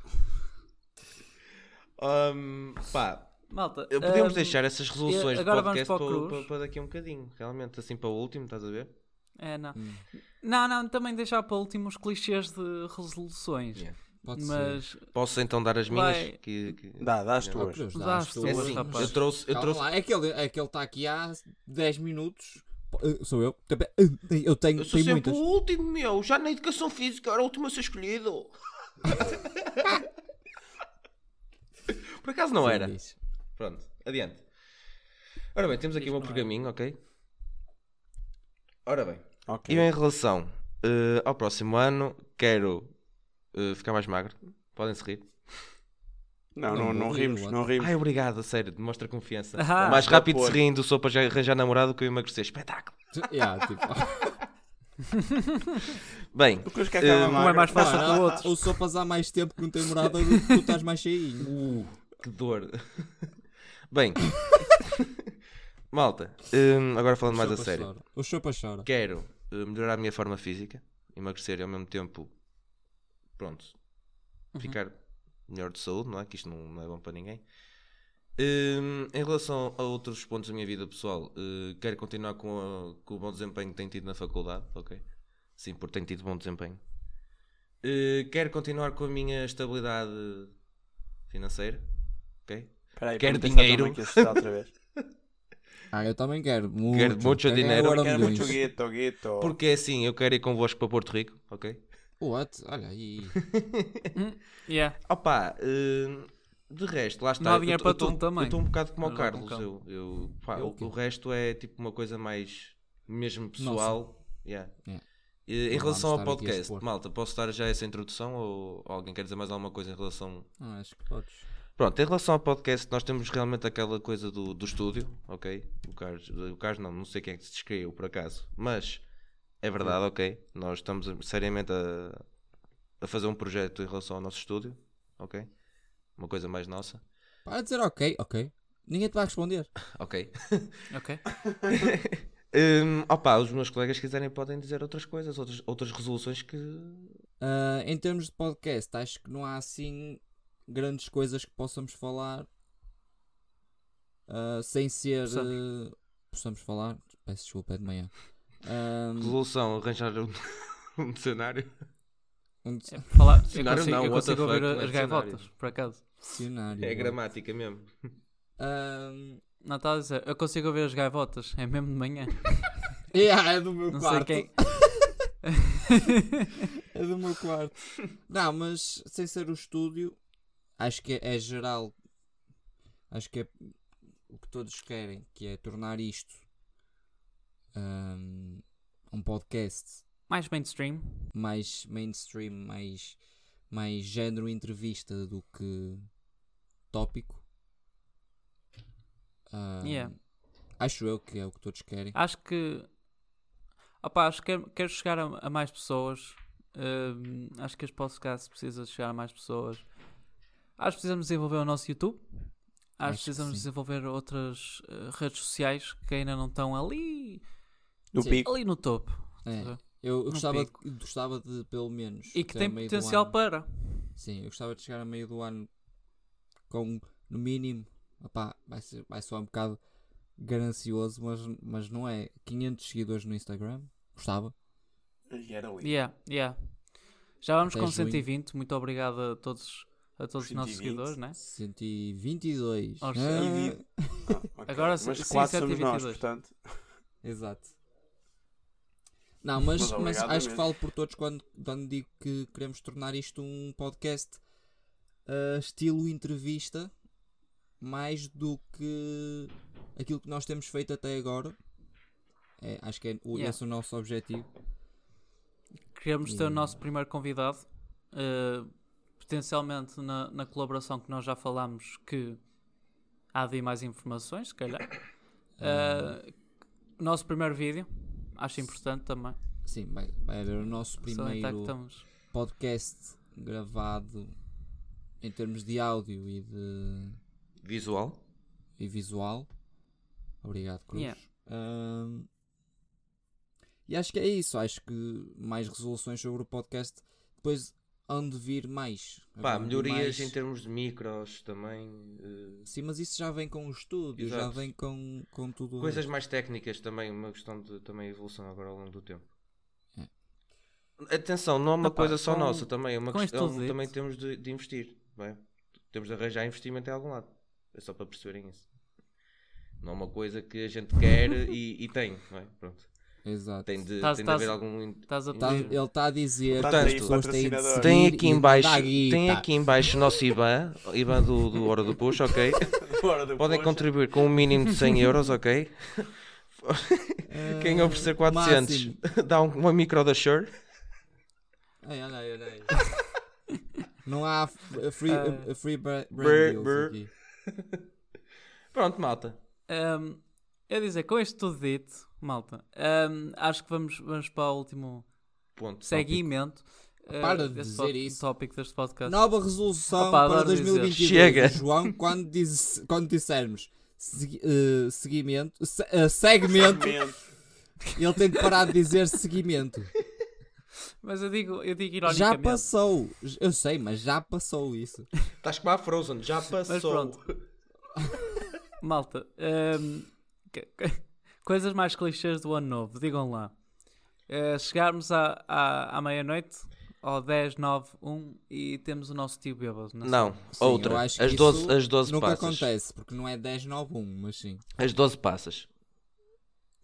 B: Um,
E: Ahm, pá,
B: Malta, hum,
E: eu- podemos
B: ahm,
E: deixar essas resoluções
B: Eh, agora
E: de
B: vamos
E: podcast
B: para o
E: para,
B: Cruz.
E: para- para daqui a um bocadinho. Realmente, assim para o último, estás a ver?
B: É, não.
C: Hum.
B: Não, não, também deixar para último os clichês de resoluções.
E: Yeah.
C: Pode ser.
B: Mas
E: Posso então dar as minhas?
B: Vai.
E: Que, que-
D: Dá, dá as
C: Oh,
D: tuas.
C: Cruz, dá
B: Dá
C: as
B: as
C: tuas,
E: É
B: tuas,
E: assim,
B: rapaz.
E: eu trouxe. Eu
C: Calma
E: trouxe
C: lá, é que ele é que ele está aqui há 10 minutos. Pô, eh, Sou eu. Também- eh, Eu tenho,
E: eu sou
C: tenho
E: sempre
C: muitas.
E: o último, meu. Já na educação física era o último a ser escolhido. *laughs* Por acaso não
C: Sim,
E: era.
C: diz.
E: Pronto, adiante. Ora bem, temos aqui um pergaminho, ok? Ora bem.
D: Ok.
E: E em relação eh, ao próximo ano, quero eh, ficar mais magro. Podem-se rir.
D: Não, não, não rimos, não rimos.
E: Ai, obrigado, a sério, demonstra confiança.
B: Ah,
E: mais rápido
D: boa.
E: se riem do sopa já arranjar namorado que eu emagrecer. Espetáculo.
C: Yeah,
E: *laughs*
C: tipo, *laughs*
E: Bem,
D: *laughs* O Cruz quer que ela
E: Eh,
B: um é mais fácil que
C: mano,
B: o outro.
C: o Sopas há mais tempo que não tem morada, tu estás mais cheinho.
E: Uh, que dor. *laughs* Bem, malta, hum, agora falando mais
C: O
E: a
C: Sopas
E: sério.
C: chora. O Sopas chora.
E: Quero uh, melhorar a minha forma física, emagrecer e ao mesmo tempo, pronto, ficar melhor de saúde, não é? Que isto não, não é bom para ninguém. Hum, em relação a outros pontos da minha vida pessoal, uh, quero continuar com, a- com o bom desempenho que tenho tido na faculdade, ok? Sim, porque tenho tido bom desempenho. Uh, quero continuar com a minha estabilidade financeira, ok?
D: Peraí,
E: Quer
D: vamos tentar
E: dinheiro?
D: também que isso está outra vez.
C: Ah, eu também quero. Muito,
E: Quero muito dinheiro.
C: agora
D: Quero
C: milhões.
D: muito gueto, gueto.
E: Porque é assim, eu quero ir convosco para Porto Rico, ok?
C: What? Olha aí.
B: yeah.
E: Opá, eh, de resto, lá está.
B: há dinheiro
E: eu, tô-
B: para
E: eu tô-
B: tudo também.
E: Eu estou um bocado como o
B: Mas vá com
E: Carlos. Eu,
B: calma.
E: eu, pá,
C: Eu
E: o,
C: o quê?
E: o resto é tipo uma coisa mais mesmo pessoal. Yeah.
C: É.
E: Eh,
C: Não
E: Em
C: vamos
E: relação ao
C: estar aqui a
E: podcast,
C: expor.
E: malta, posso dar já essa introdução ou, ou alguém quer dizer mais alguma coisa em relação
C: Ah, acho que podes.
E: Pronto, em relação ao podcast, nós temos realmente aquela coisa do, do estúdio, ok? O Carlos, o Carlos não, não sei quem é que se descreveu por acaso, mas é verdade, ok? Nós estamos a- seriamente a, a fazer um projeto em relação ao nosso estúdio, ok? Uma coisa mais nossa,
C: Para de dizer ok, ok. Ninguém te vai responder.
E: ok?
B: Ok. É
E: Hum, opa, os meus colegas se quiserem podem dizer outras coisas, outras, outras resoluções que.
C: Ah, em termos de podcast, acho que não há assim grandes coisas que possamos falar ah, sem ser.
B: Possamos.
C: ah, possamos falar? Peço desculpa, é de manhã. Ah, Ahm,
E: Resolução, arranjar um, *laughs* um cenário.
C: um
B: É, falar, eu
E: Cenário
B: consigo,
E: não,
B: eu
E: what the
B: consigo ouvir
E: fuck, não é
B: as
E: cenário.
B: gaivotas, por acaso.
C: dicionário. Ah,
E: É gramática mesmo.
C: Ahm,
B: Não estás a dizer, eu consigo ouvir as gaivotas, é mesmo de manhã.
C: yeah, é do meu
B: Não sei
C: quarto.
B: quem.
C: É do meu quarto. Não, mas sem ser o estúdio, acho que é, é geral. Acho que é o que todos querem, que é tornar isto ahm, um podcast
B: Mais mainstream.
C: mais mainstream, mais, mais género entrevista do que tópico. Ahm,
B: Yeah.
C: Acho eu que é o que todos querem.
B: Acho que. Opa, acho que quero- quero chegar a, a mais pessoas. Hum, acho que este podcast precisa chegar a mais pessoas. Acho que precisamos desenvolver o nosso YouTube. Acho,
C: Acho
B: que
C: que
B: precisamos
C: sim.
B: desenvolver outras eh, redes sociais que ainda não estão ali,
D: No
C: Sim.
D: pico.
B: ali no topo.
C: É,
B: Tá.
C: eu eu
B: No
C: gostava de,
B: pico.
C: gostava de, pelo menos.
B: E que
C: até
B: tem
C: ao meio do
B: potencial
C: ano-
B: para.
C: Sim, eu gostava de chegar a meio do ano com, no mínimo, opá, vai, ser, vai soar um bocado ganancioso, mas, mas não é 500 seguidores no Instagram. Gostava.
D: E era ali.
B: Yeah, yeah. Já vamos
C: Até
B: com
C: junho.
B: 120. Muito obrigado a todos, a todos os nossos
D: 120.
B: seguidores, né?
C: 122.
B: Aos
C: Ah,
D: Ah, ok.
B: Agora sim,
D: Mas quatro
B: sim,
D: somos nós,
B: 122.
D: *laughs* portanto.
C: exato. Não, mas, mas
D: Mas obrigado
C: acho que
D: mesmo.
C: falo por todos quando, quando digo que queremos tornar isto um podcast ah, estilo entrevista, mais do que aquilo que nós temos feito até agora. É, acho que é o-
B: Yeah.
C: esse é o nosso objetivo.
B: Queremos ter o
C: E-
B: nosso primeiro convidado. eh, potencialmente na, na colaboração que nós já falámos que há de ir mais informações, se
C: *coughs*
B: calhar.
C: Hum.
B: Eh, nosso primeiro vídeo, acho importante também.
C: Sim, vai, vai haver o nosso
B: Salientar que
C: primeiro
B: estamos.
C: podcast gravado em termos de áudio e de
E: Visual.
C: e visual. Obrigado, Cruz.
B: Yeah.
C: Ahm, e acho que é isso. Acho que mais resoluções sobre o podcast depois hão de vir mais.
E: Pá,
C: Hão de vir
E: melhorias
C: é mais.
E: em termos de micros também. eh,
C: Sim, mas isso já vem com o estúdio, já
E: Exato.
C: vem com, com tudo.
E: coisas mais técnicas também, uma questão de também evolução agora ao longo do tempo. Atenção, não é uma
B: Epá,
E: coisa só
B: com-
E: nossa também, é uma
B: com este
E: questão
B: tudo
E: também
B: dito.
E: temos de, de investir. Bem, temos de arranjar investimento em algum lado. É só para perceberem isso. Não é uma coisa que a gente quer e, e tem, não é? Pronto.
C: Exato.
E: Tem de,
B: Tás-
E: tem de
B: tás-
E: haver algum.
B: Estás a
C: Tá-
B: pedir.
C: ele está a dizer
D: Portanto,
C: que as
E: aí,
C: pessoas têm de
D: patrocinador.
C: seguir
E: Tem aqui
C: e de
E: embaixo,
C: dar guita.
E: tem aqui embaixo o nosso IBAN, IBAN do, do Hora do Puxo, ok?
D: Fora do
E: Podem
D: posto.
E: contribuir com um mínimo de 100 euros, ok? Quem oferecer 400
C: Ah, máximo.
E: *laughs* dá um- uma micro da Shure.
C: Ai, olha aí,
E: *laughs*
C: olha aí. Não há f- free,
B: Ah.
C: free bra- brand
E: Brr,
C: deals
E: brr.
C: aqui.
E: Pronto, malta.
B: Ahm, é dizer, com este tudo dito, malta, ahm, acho que vamos, vamos para o último
E: Ponto.
B: seguimento. ah,
C: Para de
B: desse
C: dizer
B: pod-
C: isso.
B: tópico deste podcast.
C: Nova resolução
B: Opa,
C: para
B: adoro dizer.
C: 2022.
E: Chega. *laughs*
C: João, quando, diz, quando dissermos segui- eh, seguimento, se- eh, segmento, ele tem de parar de dizer seguimento.
B: Mas eu digo, eu digo
C: Já
B: ironicamente.
C: passou. Eu sei, mas já passou isso.
E: Estás como a Frozen, já passou.
B: pronto. Malta, hum, que- *laughs* que- coisas mais clichês do ano novo, digam lá. Eh, chegarmos à, à, à meia-noite, ao 10, 9, 1 e temos o nosso tio bêbado. é? na
E: Não,
C: Sim, eu
E: outra.
C: acho que
E: As 12,
C: isso
E: as 12
C: Nunca
E: passas.
C: acontece, porque não é 10-9-1, mas sim.
E: As 12 passas.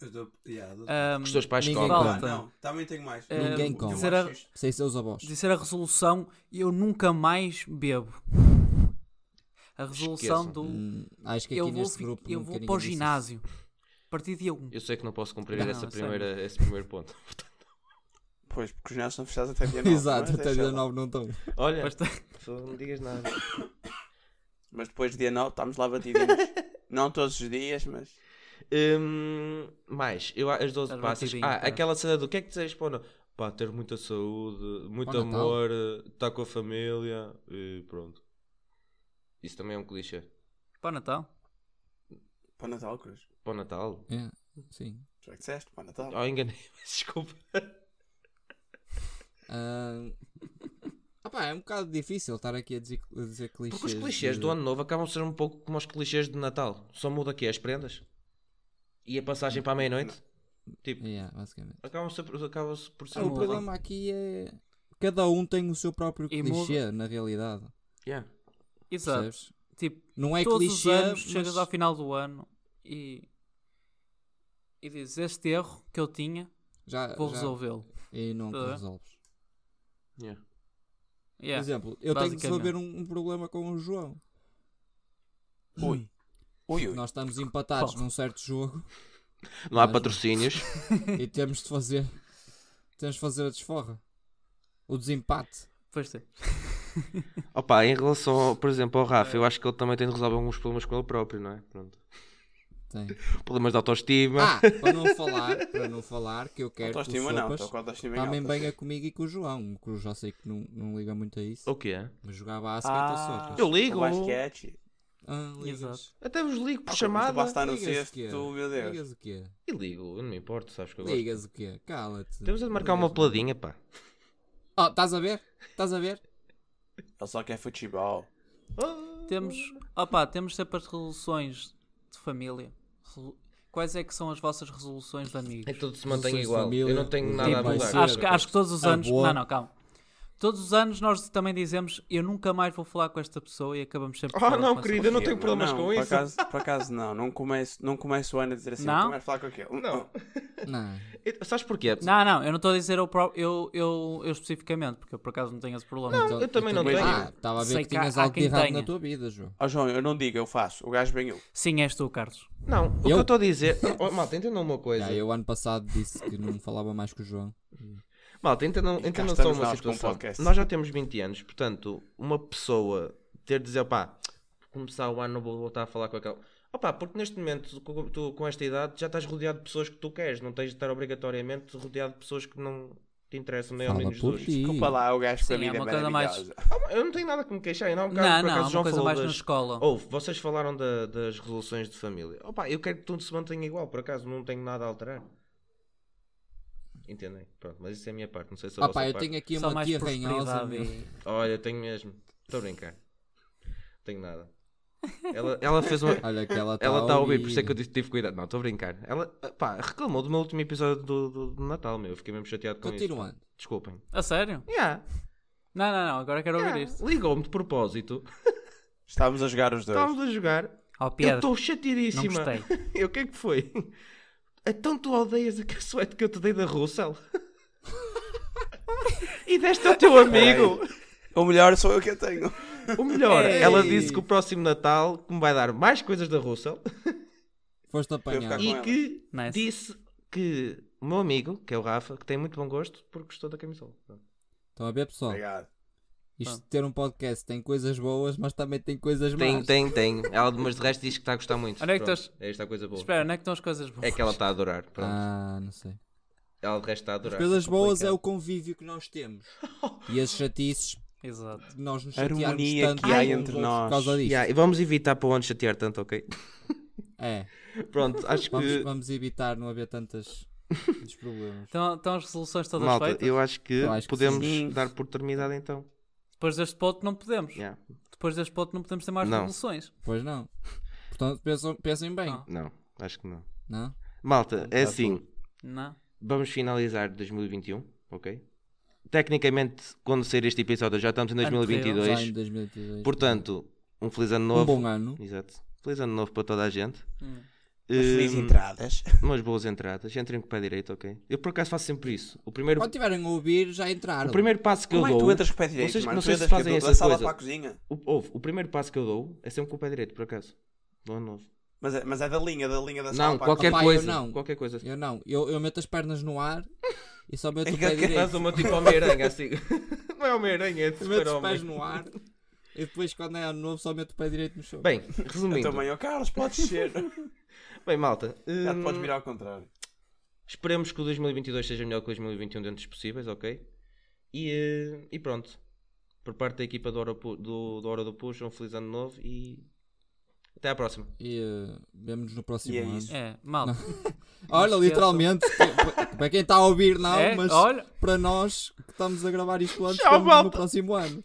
D: Eu dou- yeah, eu dou-
B: sala. Hum,
E: Os teus pais
C: Ninguém
E: compram.
D: Ah,
B: Malta.
D: não, também tenho mais.
B: Eh,
C: Ninguém
D: Eu
C: compra.
D: acho
B: dizer a-
D: isto.
C: Sem seus avós.
B: de ser a resolução eu nunca mais bebo. A resolução
E: Esqueçam.
B: do
C: Hum, acho que aqui
B: um, eu vou,
C: neste
B: fi-
C: grupo. um
B: eu
C: nunca
B: vou para
C: ninguém
B: o
C: disse
B: ginásio. A partir de 1.
E: Eu sei que não posso cumprir
B: Não,
E: essa
B: eu sei.
E: primeira, esse primeiro ponto.
D: Pois, porque os nossos são fechados até dia
C: isso.
D: 9.
C: *laughs* Exato,
D: mas
C: até
D: deixa lá.
C: 19 não estão.
E: Olha,
B: Basta- *laughs*
E: só não digas nada.
D: Mas depois de dia 9 estamos lá batidinhos. não todos os dias, mas.
E: Hum, mais, eu, as 12
B: Estás
E: passas.
B: batidinho,
E: Ah,
B: tá.
E: aquela cena do que é que desejas para o Natal? Pá, ter muita saúde, muito
C: Para o Natal.
E: amor, estar com a família e pronto. Isso também é um clichê.
B: Para o Natal.
D: Para o Natal, Cruz.
E: Para o Natal?
C: É, sim.
D: Já que disseste, para o Natal.
E: Oh, enganei-me, *laughs* desculpa.
C: Ah, *laughs* opá, é um bocado difícil estar aqui a dizer, a dizer clichês.
E: Porque os clichês
C: de-
E: do ano novo acabam de ser um pouco como os clichês de Natal. Só muda aqui as prendas e a passagem para a meia-noite. Tipo,
C: Yeah, basicamente.
E: acabam-se acabam por ser
C: Ah,
E: um
C: o
B: muda.
C: problema aqui é. Cada um tem o seu próprio
B: E
C: clichê, na realidade.
E: Yeah.
B: Exato.
C: Percebes?
B: Tipo,
C: Não é
B: todos
C: clichê.
B: os anos
C: mas-
B: chegas ao final do ano e, e dizes este erro que eu tinha,
C: já, Ah,
B: vou
C: já-
B: resolvê-lo.
C: E não
B: Tá.
C: te resolves.
E: Yeah.
C: Por
B: Yeah.
C: exemplo, eu tenho de
B: basicamente.
C: resolver um, um problema com o João.
D: Ui. Ui, ui.
C: Nós estamos empatados
B: Qual?
C: num certo
B: *laughs*
C: jogo
E: Não há
C: Mas-
E: patrocínios.
C: e temos de fazer. Temos de fazer a desforra. O desempate.
B: Pois é.
E: Opa, em relação, ao- por exemplo, ao Rafa, eu acho que ele também tem de resolver alguns problemas com ele próprio, não é? Pronto.
C: Tem.
E: Problemas de autoestima.
C: Ah, para não falar, para não falar, que
B: *laughs*
C: eu quero que o
D: Autoestima não,
C: Sopas
D: estou com autoestima em
C: também
D: alta.
C: venha comigo e com o João. O Cruz já sei que não, não liga muito a isso.
E: O que é?
C: Mas jogava a
D: Ah,
C: Sopas.
E: Eu ligo.
D: O basquete.
C: Ah, ligas.
B: Exato.
E: Até vos ligo por
D: Ah,
E: chamada.
D: mas tu basta estar no
C: Ligas
D: sexto,
C: o quê?
D: meu Deus.
C: Ligas o quê?
E: E ligo, eu não me importo, sabes que eu gosto.
C: Ligas o quê? Cala-te.
E: Temos é de marcar uma peladinha, pá.
C: Oh, estás a ver? Estás a ver?
D: Ele É só quer futebol.
B: Temos, opa, temos sempre as resoluções de família. Resolu- Quais é que são as vossas resoluções de
E: É
B: amigos?
C: Então,
E: tudo se
C: Resoluções
E: mantém
C: de
E: igual.
C: família,
E: eu não tenho
C: o
E: nada a
C: tempo vai
E: mudar.
C: ser-
B: acho, que, acho que todos os
C: tipo, Ah,
B: anos.
C: boa.
B: Não, não, calma. Todos os anos nós também dizemos eu nunca mais vou falar com esta pessoa e acabamos sempre por
E: Ah,
B: falar
E: não,
B: com essa
E: querido, eu não
D: Sim,
E: tenho problemas
D: não,
E: com
D: por
E: isso.
D: Acaso, por acaso não, não começo, não começo o ano a dizer assim,
B: Não?
D: não começo a falar com aquele.
E: Não.
C: Não.
E: Eu- Sabes porquê?
B: Não, não, eu não estou a dizer eu, pró- eu, eu, eu especificamente, porque eu por acaso não tenho esse problema.
C: Então,
E: eu também não
D: tenho.
C: Ah, estava a ver
B: Sei
C: que
B: que há-
C: tinhas
B: há
C: algo de
B: quem
C: errado
B: tenha.
C: na tua vida, João.
D: Ó João, eu não digo, eu faço. O gajo bem eu.
B: Sim, és tu, Carlos.
E: Não, o que
C: Eu?
E: eu
D: *laughs*
E: estou a dizer. Oh, malta, entendam uma coisa.
C: Já, eu ano passado disse que não falava mais com o João.
E: Malta, entendam,
D: E cá
E: entendam só
D: estamos
E: uma
D: nós com o
E: situação.
D: podcast.
E: Nós já temos 20 anos, portanto, uma pessoa ter de dizer, pá, começar o ano, não vou voltar a falar com aquela. Opá, porque neste momento, tu, tu com esta idade, já estás rodeado de pessoas que tu queres, não tens de estar obrigatoriamente rodeado de pessoas que não te interessam, nem ao
C: Fala
E: menos
C: por
E: Jesus.
C: ti.
D: Desculpa lá, o gajo com a
B: Sim, é
D: vida
B: uma coisa mais-
D: maravilhosa.
E: Ah, mas Eu não tenho nada que me queixar, ainda há um bocado,
B: Não,
E: por
B: não,
E: acaso,
B: há
E: João
B: uma coisa
E: falou
B: mais na
E: das... Oh.
B: escola.
E: Ouve, vocês falaram da- das resoluções de família. Opa, eu quero que tudo se mantenha igual, por acaso, não tenho nada a alterar. Entendem? Pronto, mas isso é a minha parte, não sei se a
C: Ah
E: vossa
C: pá, eu
E: parte.
C: tenho aqui
B: Só
C: uma
B: mais
C: tia ranhosa.
B: prosperidade.
C: meu.
E: Olha, tenho mesmo. Estou a brincar. Tenho nada. Ela, ela fez uma.
C: Olha que ela tá está
E: Ela está a ouvir, por isso é que eu tive, tive cuidado. Não, estou a brincar. Ela pá, reclamou do meu último episódio do, do- do Natal, meu. Eu fiquei mesmo chateado com isso.
C: Continuando.
E: Desculpem.
B: A sério?
E: Yeah,
B: Não, não, não, agora quero ouvir
E: yeah.
B: isto.
E: Ligou-me de propósito.
D: Estávamos a jogar os dois.
E: Estávamos a jogar.
B: Oh,
E: Eu
B: Pedro,
E: estou
B: não
E: chateadíssima.
B: gostei.
E: Eu, o que é que foi? Então tu odeias a caçoete que eu te dei da Russell? e deste ao teu amigo?
D: O melhor sou eu que eu
E: *laughs*
D: tenho.
E: O melhor, ela
C: Ei.
E: disse que o próximo Natal que me vai dar mais coisas da Russell
C: Foste
D: ficar
C: apanhado.
D: com
E: e
D: ela.
E: que
B: Nice.
E: disse que o meu amigo, que é o Rafa, que tem muito bom gosto, porque gostou da camisola.
C: Estão a ver, pessoal?
D: Obrigado.
C: Isto de ter um podcast tem coisas boas, mas também tem coisas más.
E: Tem, tem, tem. Ela, mas de resto diz que está a gostar muito.
B: Onde é que
E: Pronto,
B: estás?
E: é esta a coisa boa.
B: Espera, onde é que estão as coisas boas?
E: É que ela está a adorar. Pronto.
C: Ah, não sei.
E: Ela de resto está a
C: As
E: adorar.
C: coisas
E: Está
C: boas é
E: complicado.
C: o convívio que nós temos. E as chatices
B: Exato.
C: que nós nos
D: A harmonia
C: chatearmos tanto
D: que há
C: uns aos
D: entre
C: outros
D: nós.
C: Por causa disto.
E: Yeah, e vamos evitar para o ano chatear tanto, ok?
C: É.
E: Pronto, acho
C: Vamos,
D: Uh,
E: que.
C: vamos evitar não haver
D: *laughs*
C: tantas tantos problemas.
B: Então, então as resoluções todas
E: Malta,
B: feitas?
E: eu acho que
C: Eu acho que
E: podemos
D: sim.
E: dar por terminada então.
B: Depois deste ponto não podemos.
E: Yeah.
B: Depois deste ponto não podemos ter mais
E: Não.
B: resoluções.
C: Pois não. Portanto, pensam, pensem bem,
B: Não.
E: Não, acho que não.
C: não?
E: Malta, é
D: tá
E: assim.
B: Não?
E: Vamos finalizar 2021, ok? Tecnicamente, quando sair este episódio, já estamos em
B: Ano terrível.
C: Já em
E: 2022.
C: 2022.
E: Portanto, um feliz ano
C: um
E: novo.
C: bom ano.
E: Exato. Feliz ano novo para toda a gente.
B: Hum.
D: Feliz
E: Hum,
D: entradas.
E: umas boas entradas. Entrem com o pé direito, ok? Eu por acaso faço sempre isso. O primeiro,
C: Quando tiverem a ouvir, já entraram.
E: o primeiro passo que
D: Como é
E: eu
D: que
E: dou.
D: tu entras com o pé direito,
E: Vocês-
D: mano?
E: não
D: Tu
E: sei se
D: entras com
E: fazem
D: aquilo da
E: essa
D: sala
E: coisa.
D: para a cozinha.
E: o, ouve, o primeiro passo que eu dou é sempre com o pé direito, por acaso. Do ano novo.
D: Mas é, mas é da linha, da linha da sala
E: Não, é
D: para
E: qualquer
D: a cozinha.
C: Opa, eu
E: coisa.
C: não.
E: Qualquer coisa.
C: Eu não. Eu, eu meto as pernas no ar e só
D: *laughs*
C: meto
D: É
C: o
D: que eu
C: pé
D: quero-
C: direito.
E: Faz uma tipo Homem-Aranha assim. *laughs* Não é Homem-Aranha, é de
C: Eu meto os pés
E: super-homem.
C: no ar e depois quando é ano novo só meto o pé direito no chão.
E: Bem,
D: Eu
E: resumindo.
D: também, ó Carlos, podes
E: *laughs*
D: ser.
E: Bem, malta.
D: Já te
E: hum,
D: podes virar ao contrário.
E: Esperemos que o 2022 seja melhor que o 2021 dentro dos possíveis, ok? E, eh, e pronto. Por parte da equipa do Hora, Pu- do, do Hora do Push, um feliz ano novo e até
C: *laughs*
E: à próxima.
C: E uh, vemos-nos no próximo
D: E é
C: ano.
D: isso.
B: É, malta.
C: Olha,
B: Esqueçam.
C: literalmente, que- para quem está a ouvir não,
B: É,
C: mas
B: olha.
C: para nós que estamos a gravar isto antes,
E: Tchau,
C: vemos no
E: malta.
C: próximo ano.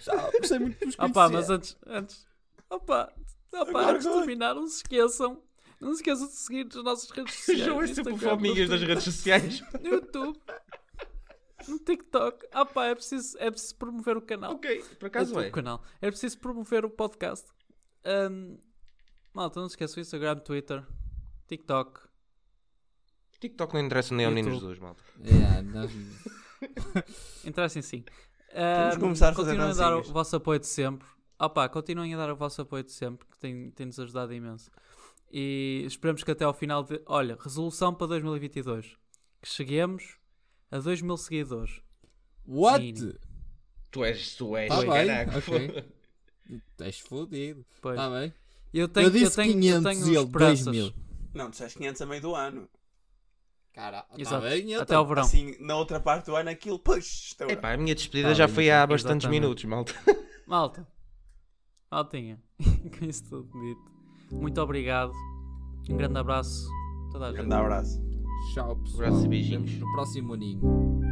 C: Tchau, gostei muito de vos conhecer.
B: Opa, Ah, mas antes, antes, opa, opa,
D: Agora
B: antes de
D: vai.
B: terminar, não se esqueçam, não se esqueçam de seguir as nossas redes
E: *laughs* é
B: sociais.
E: tipo
B: Instagram, no Twitter,
E: sociais. *laughs*
B: No YouTube, no TikTok. Opa, é preciso, é preciso promover o canal.
E: ok, por acaso
B: o
E: é.
B: canal. É preciso promover o podcast. Ahm, malta, não se esqueçam, Instagram, Twitter, TikTok.
E: TikTok não interessa nem ao Nino
B: YouTube.
E: Jesus, malta.
C: É, nós-
B: Interessem sim.
D: Vamos
B: Ahm,
D: começar a fazer
B: Continuem a dar o
D: dancinhas.
B: vosso apoio de sempre. Opa, continuem a dar o vosso apoio de sempre, que tem- tem-nos ajudado imenso. E esperamos que até ao final de. Olha, resolução para 2022. Que cheguemos a 2 mil seguidores.
C: What?
B: Menino.
E: Tu és, tu és,
C: Tá bem,
E: caraca.
C: ok. Estás fodido.
B: Pois.
C: Está bem.
B: eu tenho,
C: Ah, Eu disse
B: eu tenho,
C: 500
B: eu tenho
C: e ele
B: esperanças.
C: 2000.
D: Não, tu disseste 500 a meio do ano.
C: Cara, está
B: Exato.
C: Ah, bem. então.
B: até ao verão.
D: Assim, na outra parte do ano, aquilo, puxa, é estoura.
E: Epá, a minha despedida
C: Tá
E: já
C: bem,
E: foi há bastantes
B: Exatamente.
E: minutos, malta.
B: Malta. Maltinha. *laughs* Com isso tudo dito. Muito obrigado. Um grande abraço. a Toda a gente.
D: grande abraço.
C: Tchau, pessoal.
E: Abraços e beijinhos.
C: Vemos no próximo aninho.